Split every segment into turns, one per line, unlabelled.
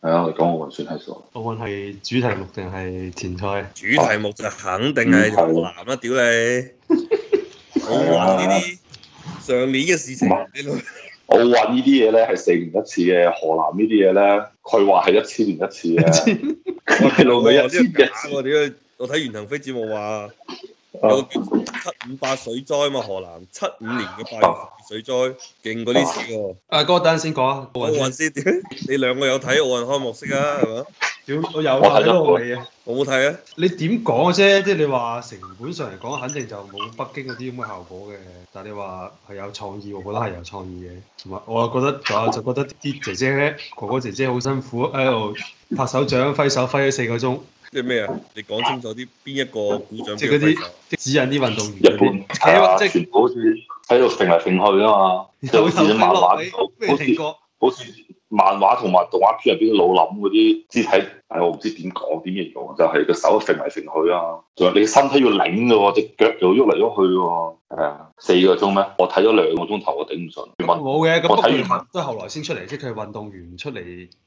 係啊，我哋講奧運算係數。
奧運係主題目定係前菜？
主題目就肯定
嗯
係湖南啦，屌你！ 好玩呢啲上年嘅事情
唔，係奧運呢啲嘢咧係四年一次嘅，河南呢啲嘢咧，佢話係一千年一次嘅。我哋老
我
味
呢
一千
個
年
假
一次
喎，屌！我睇袁騰飛節目話有
啊
個叫七五八水災嘛，河南七五年嘅八月水災，勁過呢次喎。
啊，嗰個等陣先講啊，奧
奧
運
運先，屌你兩個有睇奧運開幕式啊？係嘛？
先。屌，我有
我睇
啊，
咗
睇到尾啊。
我冇睇啊，
你點講啫？即係你話成本上嚟講，肯定就冇北京嗰啲咁嘅效果嘅。但係你話係有創意，我覺得係有創意嘅。同埋我又覺得，我就覺得啲姐姐咧，哥哥姐姐好辛苦喺度拍手掌、揮手揮咗四個鐘，
即係咩啊？你講清楚啲邊一個鼓掌
即
邊個
係嗰
揮
啲
手
即係指引啲運動員
日
嗰
本
啲。
係啊，
即係
全部好似喺度揈嚟揈去啊嘛，就好
有
似啲
手
漫
飛落
畫
嚟，
好
咩
似
停過？
好似漫畫同埋動畫片入邊老諗嗰啲肢體，係我唔知點講點形容，就係、個手揈嚟揈去啊，仲有你身體要擰嘅喎，隻腳又喐嚟喐去喎，係啊，四個鐘咩？我睇咗兩個鐘頭，我頂唔順。問
冇嘅，咁
我
不過
睇完
佢都係後來先出嚟，即係佢係運動員出嚟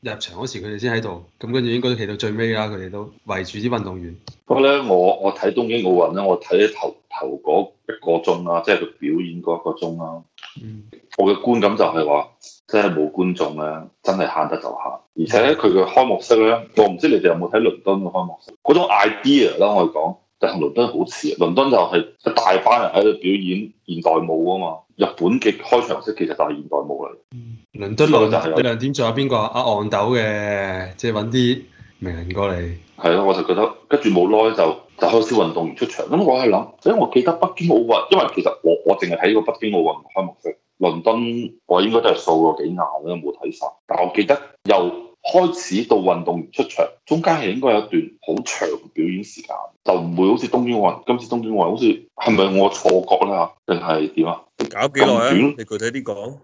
入場嗰時，佢哋先喺度。咁跟住應該都企到最尾啦，佢哋都圍住啲運動員。
不過咧，我我睇東京奧運咧，我睇咗頭頭嗰一個鐘啦，即係佢表演嗰一個鐘啦。
嗯，
我嘅觀感就係話，即係冇觀眾咧，真係慳得就慳。而且咧，佢嘅開幕式咧，我唔知你哋有冇睇倫敦嘅開幕式，嗰種 idea 啦，我哋講，就同倫敦好似。倫敦就係一大班人喺度表演現代舞啊嘛。日本嘅開場式其實就係現代舞嚟。
倫敦
所以
亮
就係有
亮點仲有邊個啊？阿憨豆嘅，即係揾啲名人過嚟。
係咯，我就覺得跟住冇耐就就開始運動員出場。咁我喺度諗，誒，我記得北京奧運，因為其實我我淨係睇過北京奧運開幕式，倫敦我應該都係掃過幾眼啦，冇睇晒。但我記得由開始到運動員出場，中間係應該有一段好長嘅表演時間，就唔會好似東京奧運，今次東京奧運好似係咪我錯覺啦？定係點啊？
搞幾耐
咁
啊？
短
你具體啲講。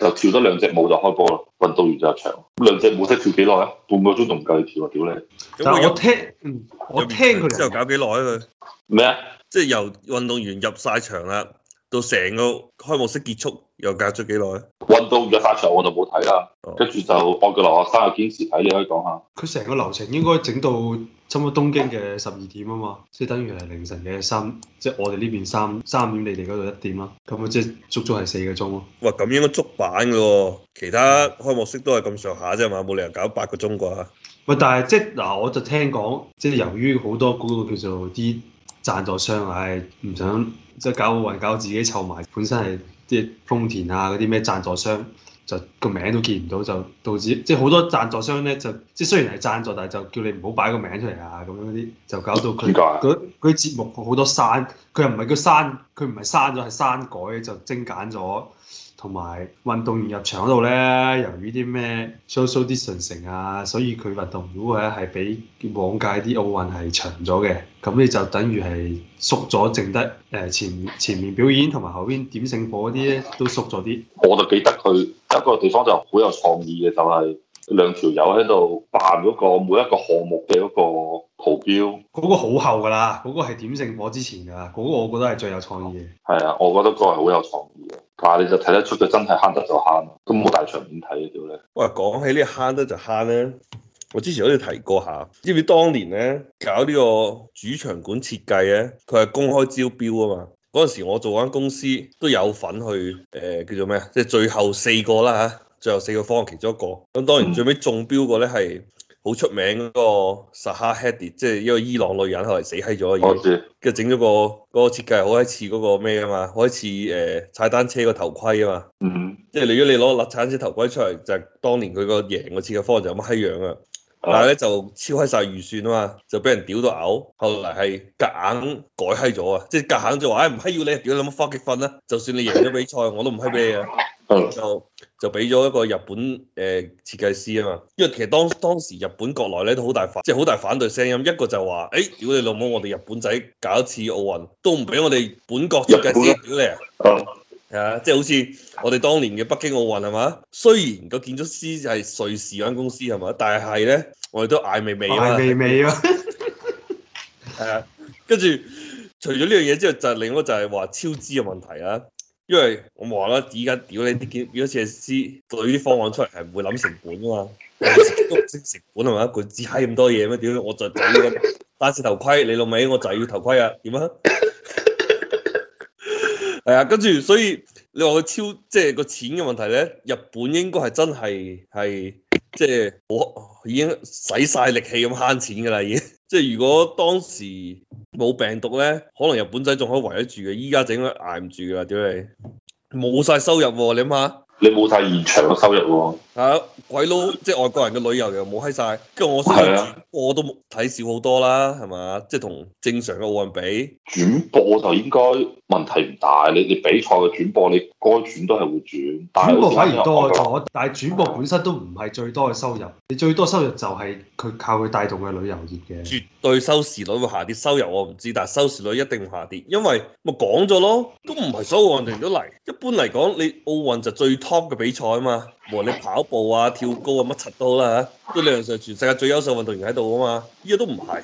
就跳咗兩隻舞就開波啦，運動員就入場。咁兩隻舞識跳幾耐啊？半個鐘都唔夠你跳啊！屌你
咁
但
佢
係
入
我聽，嗯，我
入完
聽佢
場之後
哋
搞幾耐啊佢？
咩啊？
即係由運動員入晒場啦，到成個開幕式結束又隔咗幾耐？
運動員嘅發場我就冇睇啦
哦，
跟住就外國留學生又堅持睇，你可以講下。
佢成個流程應該整到差唔多東京嘅十二點啊嘛，即係等於係凌晨嘅三，即係我哋呢邊三三點，你哋嗰度一點啦。咁啊，即係足足係四個鐘咯。
哇！咁應該足版嘅喎，其他開幕式都係咁上下啫嘛，冇理由搞八個鐘啩。
喂，但係即係嗱，我就聽講，即係由於好多嗰個叫做啲贊助商，唉，唔想即係搞奧運，搞自己湊埋，本身係即係豐田啊嗰啲咩贊助商，就個名都見唔到，就導致即係好多贊助商咧，就即係雖然係贊助，但係就叫你唔好擺個名出嚟啊咁樣嗰啲，就搞到佢
點解啊
佢佢節目好多刪，佢又唔係叫刪，佢唔係刪咗，係刪改就精簡咗。同埋運動員入場嗰度咧，由於啲咩 social distancing 啊，所以佢運動會咧係比往屆啲奧運係長咗嘅，咁你就等於係縮咗，剩得誒、呃前前面表演同埋後邊點聖火嗰啲咧都縮咗啲。
我就記得佢一個地方就好有創意嘅，就係、兩條友喺度扮嗰個每一個項目嘅嗰個圖標。
嗰、個好後㗎啦，嗰、個係點聖火之前㗎啦，嗰、個我覺得係最有創意嘅。
係啊，我覺得嗰個係好有創意嘅，但係你就睇得出佢真係慳得就慳，都冇大場面睇嘅屌你。
哇！講起呢個慳得就慳咧，我之前好似提過下，知唔知當年咧搞呢個主場館設計咧，佢係公開招標啊嘛。嗰陣時我做間公司都有份去誒、呃叫做咩啊，即係最後四個啦嚇，最後四個方案其中一個。咁當然
嗯
最尾中標個咧係好出名嗰個 Zaha Hadid，即係一個伊朗女人，後嚟死閪咗已經
我知，
跟住整咗個嗰、個設計好閪似嗰個咩啊嘛，好閪似誒踩單車個頭盔啊嘛。
嗯，
即係如果你攞個立產車頭盔出嚟，就係當年佢個贏個設計方案就咁閪樣啊！但係
啊
咧就超閪晒預算啊嘛，就俾人屌到嘔。後嚟係夾硬改閪咗啊！即係夾硬就話：，唉唔閪要你，屌你乜 fuck 結婚啦！就算你贏咗比賽，我都唔閪俾你啊！
嗯
就就俾咗一個日本誒、呃、設計師啊嘛，因為其實當當時日本國內咧都好大反，即係好大反對聲音。一個就話：，誒、屌你老母，我哋日本仔搞一次奧運都唔俾我哋本國設計師，
日
屌你啊！
嗯
係啊，即係好似我哋當年嘅北京奧運係嘛？雖然個建築師係瑞士間公司係嘛，但係咧我哋都嗌味味啊
係
嘛。
未未啊！
係啊，跟住除咗呢樣嘢之後，就係另一個就係話超支嘅問題啦。因為我話啦，而家屌你啲建建築設計師對啲方案出嚟係唔會諗成本㗎嘛。精成本係咪？佢只閪咁多嘢咩？屌，我就就要咁戴住頭盔，你老味，我就要頭盔啊？點啊？係啊，跟住所以你話佢超即係個錢嘅問題咧，日本應該係真係係即係我已經使晒力氣咁慳錢㗎啦，已經。即係如果當時冇病毒咧，可能日本仔仲可以圍得住嘅，依家整咗捱唔住㗎啦，屌你！冇晒收入喎、你諗下。
你冇晒現場嘅收入喎，
係啊，鬼佬即係外國人嘅旅遊又冇閪晒，跟住我相
係
信
啊
我都冇睇少好多啦，係嘛？即係同正常嘅奧運比，
轉播就應該問題唔大。你你比賽嘅轉播，你該轉都係會轉，但係
轉播
好似
反
啱
而
啱
多
我講
咗，但係轉播本身都唔係最多嘅收入，你最多收入就係佢靠佢帶動嘅旅遊業嘅。
絕對收視率會下跌，收入我唔知，但係收視率一定會下跌，因為咪講咗咯，都唔係所有運動員都嚟。一般嚟講，你奧運就最 top 嘅比賽啊嘛，無論你跑步啊、跳高啊、乜柒都好啦嚇，都理論上全世界最優秀運動員喺度啊嘛，依家都唔係。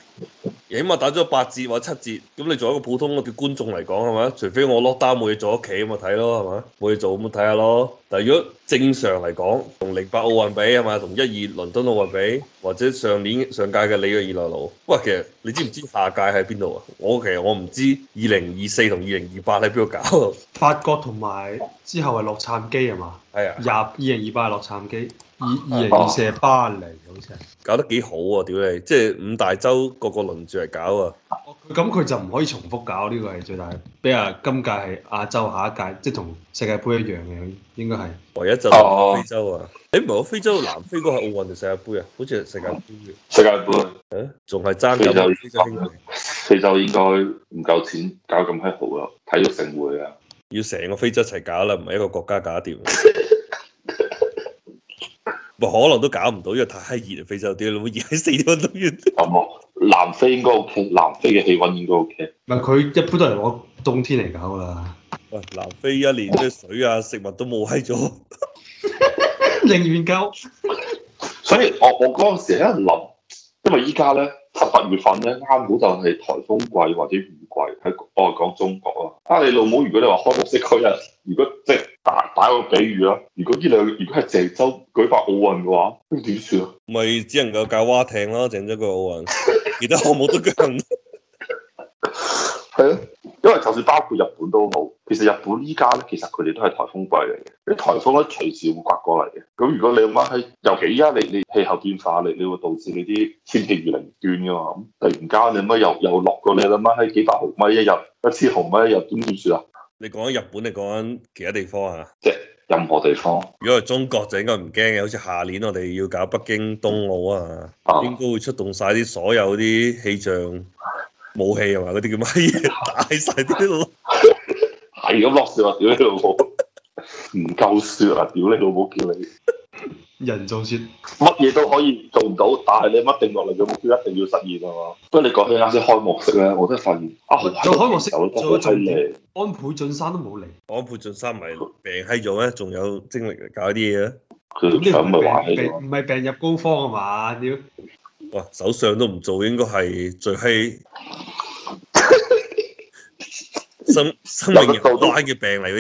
起碼打咗八折或者七折，咁你作為一個普通嘅觀眾嚟講係咪？除非我 lock down 冇嘢做屋企咁咪睇咯係咪？冇嘢做咁咪睇下咯。但係如果正常嚟講，同零八奧運比係咪？同一二倫敦奧運比，或者上年上屆嘅里約熱內盧，喂，其實你知唔知下屆喺邊度啊？我其實我唔知二零二四同二零二八喺邊度搞啊。
法國同埋之後係洛杉磯係嘛？
係啊，
廿二零二八係洛杉磯，
哦
二二零二四係巴黎好似係。
搞得幾好啊！屌你，即係五大洲個個輪住嚟搞啊！
咁佢就唔可以重複搞呢個係最大，比啊今屆係亞洲，下一屆即係同世界盃一樣嘅，應該係
唯一就
哦
非洲啊！誒唔係我非洲南非嗰個係奧運定世界盃啊？好似係世界盃嘅。
世界盃，
誒，仲係爭緊啊非洲兄弟，
非洲應該唔夠錢搞咁閪好啦，體育盛會啊。
要成個非洲一齊搞啦，唔係一個國家搞掂。咪可能都搞唔到，因為太熱啊！非洲屌你老母熱喺四個都要。
咁啊，南非應該 OK，南非嘅氣温應該 OK。
唔係佢一般都係攞冬天嚟搞 㗎啦，
喂，南非一年咩水啊、食物都冇閪咗，
寧願搞
所以我我嗰陣時喺度諗，因為依家咧十八月份咧啱好就係颱風季或者雨季喺我係講中國啊。啊你老母！如果你話開幕式嗰日，如果即係打打個比喻啦，如果呢兩如果係鄭州舉辦奧運嘅話，咁點算啊？
咪只能夠搞蛙艇咯，整咗個奧運，其他項目都搞唔到。
係啊，因為就算包括日本都好，其實日本依家咧，其實佢哋都係颱風季嚟嘅，啲颱風咧隨時會刮過嚟嘅。咁如果你諗喺，尤其依家你你氣候變化，你你會導致你啲天氣越嚟越端噶嘛。咁突然間你乜又又落過你諗下喺幾百毫米一日，一千毫米一日，點點算啊？
你講緊日本，你講緊其他地方啊？
任何地方
如果係中國就應該唔驚嘅，好似下年我哋要搞北京冬奧啊，
啊，
應該會出動晒啲所有啲氣象武器啊嘛，嗰啲叫乜嘢？ 打晒啲
係咁落雪啊！屌你老母，唔夠雪啊！屌你老母，叫你
人造雪。
乜嘢都可以做唔到，但係你乜定落嚟嘅目標一定要實現啊嘛。不過你講起啱先開幕式咧，我都係發現啊，好
做開幕式
有得好犀利。
安倍晉三都冇嚟，
安倍晉三咪病閪咗咩？仲有精力嚟搞啲嘢啊？
佢
咁
唔
你
想咪
唔
玩
係
起
病
咗，
唔係病入膏肓啊嘛？屌，
哇！首相都唔做，應該係最閪生生命有關嘅病嚟嘅，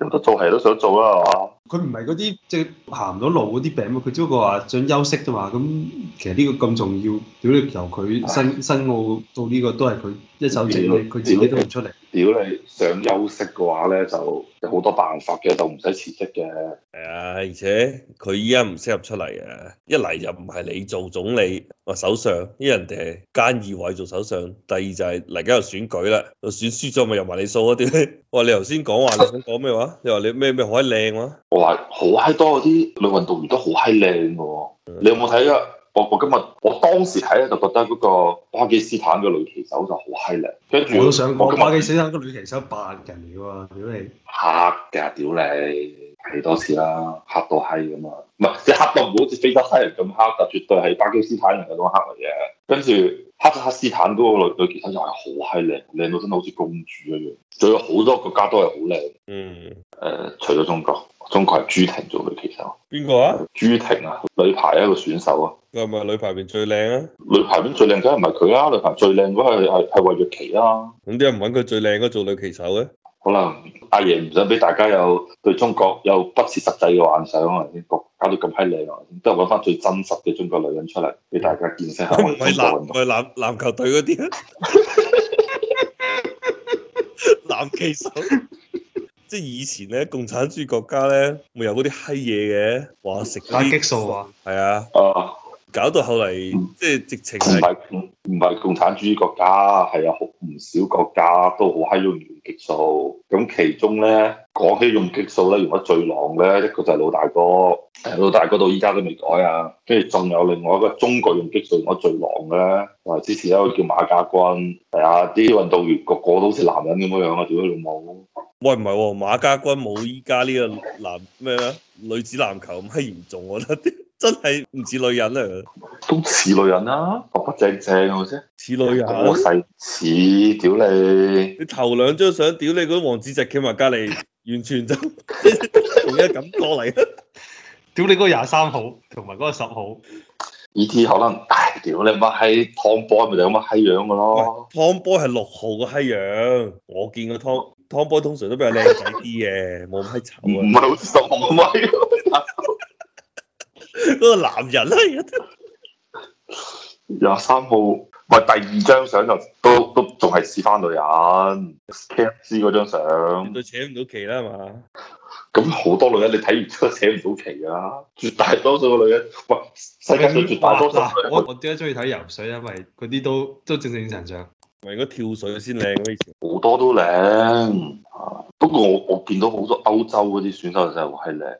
應該
有得做係都想做啦，係嘛？
佢唔係嗰啲即係行唔到路嗰啲病嘛，佢只不過話想休息啫嘛。咁其實呢個咁重要，屌你由佢新新澳到呢個都係佢一手整嘅，佢自己都唔出嚟。
屌你想休息嘅話咧，就有好多辦法嘅，就唔使辭職嘅。
係啊！而且佢依家唔適合出嚟啊！一嚟就唔係你做總理或首相，因為人哋係菅義偉做首相。第二就係嚟緊又選舉啦，又選輸咗咪又埋你數啊！屌你！哇！你頭先講話你想講咩話？你話你咩咩好閪靚話？
我話好閪多嗰啲女運動員都好閪靚嘅喎，
嗯
你有冇睇啊？我我今日我當時睇咧就覺得嗰個巴基斯坦嘅女棋手就好閪靚，跟住
我都想講，巴基
斯
斯坦個女棋手白人嚟喎，屌你！
嚇㗎，屌你睇多次啦，嚇到閪咁啊！唔係即係嚇到唔好似非洲黑人咁黑，但絕對係巴基斯坦人嗰種黑嚟嘅。跟住哈薩克斯坦嗰個女女其實又係好閪靚，靚到真係好似公主一樣。仲有好多國家都係好靚，誒、
嗯，
除咗中國，中國係朱婷做女棋手，
邊個啊？
朱婷啊，女排一個選手啊。
佢係咪女排入邊最靚啊？
女排邊最靚啊梗係唔係佢啦，女排最靚嗰個係係係惠若琪啦。啊
咁點解唔揾佢最靚嗰個做女棋手嘅？
可能阿爺唔想俾大家有對中國有不切實際嘅幻想啊，先搞搞到咁閪靚啊，都係揾翻最真實嘅中國女人出嚟俾大家見識下我
唔
哋
係
中國運
籃 唔
動。
係籃籃球隊嗰啲啊， 籃旗手。即係以前咧，共產主義國家咧，咪有嗰啲閪嘢嘅，話食
打
嗰
激
啲
素啊，
係啊，
啊，
搞到後嚟
嗯
即係直情
唔
係
係唔唔係共產主義國家，係有好唔少國家都好閪用用激素。咁其中咧講起用激素咧，用得最狼咧，一個就係老大哥，誒老大哥到依家都未改啊。跟住仲有另外一個中國用激素用得最狼嘅咧，我係之前有一個叫馬家軍，係啊，啲運動員個個都好似男人咁樣樣啊，屌你老母！
喂，唔係喎，馬家軍冇依家呢個男咩咩女子籃球咁閪嚴重，我覺得真係 唔似女人啊嚟，
都似女人啦、白白淨淨嘅啫，
似女人。
我細似屌你！
你頭兩張相，屌你嗰啲黃子直企埋隔離，完全就 同一感覺嚟。啊
屌你嗰個廿三號同埋嗰個十號，
E.T. 可能，唉，屌你乜閪湯波咪就咁乜閪樣嘅咯，
湯波係六號個閪樣，我見過湯湯波通常都比較靚仔啲嘅，冇咁閪
唔唔
醜啊。
係好似十五米咯，
嗰個男人咧，
廿三號，喂，第二張相就都都仲係似翻女人，K F C 嗰張相，
絕對扯唔到旗啦係嘛。
咁好多女人你睇完之後扯唔到旗㗎啦，絕大多數嘅女人，喂，世界上絕大多數
嗱
嘅
嗱
女
我
人
我點解中意睇游水？因為嗰啲都都正正常常。
咪應該跳水先靚咯，以前。
好多都靚，啊不過我我見到好多歐洲嗰啲選手就係好閪靚，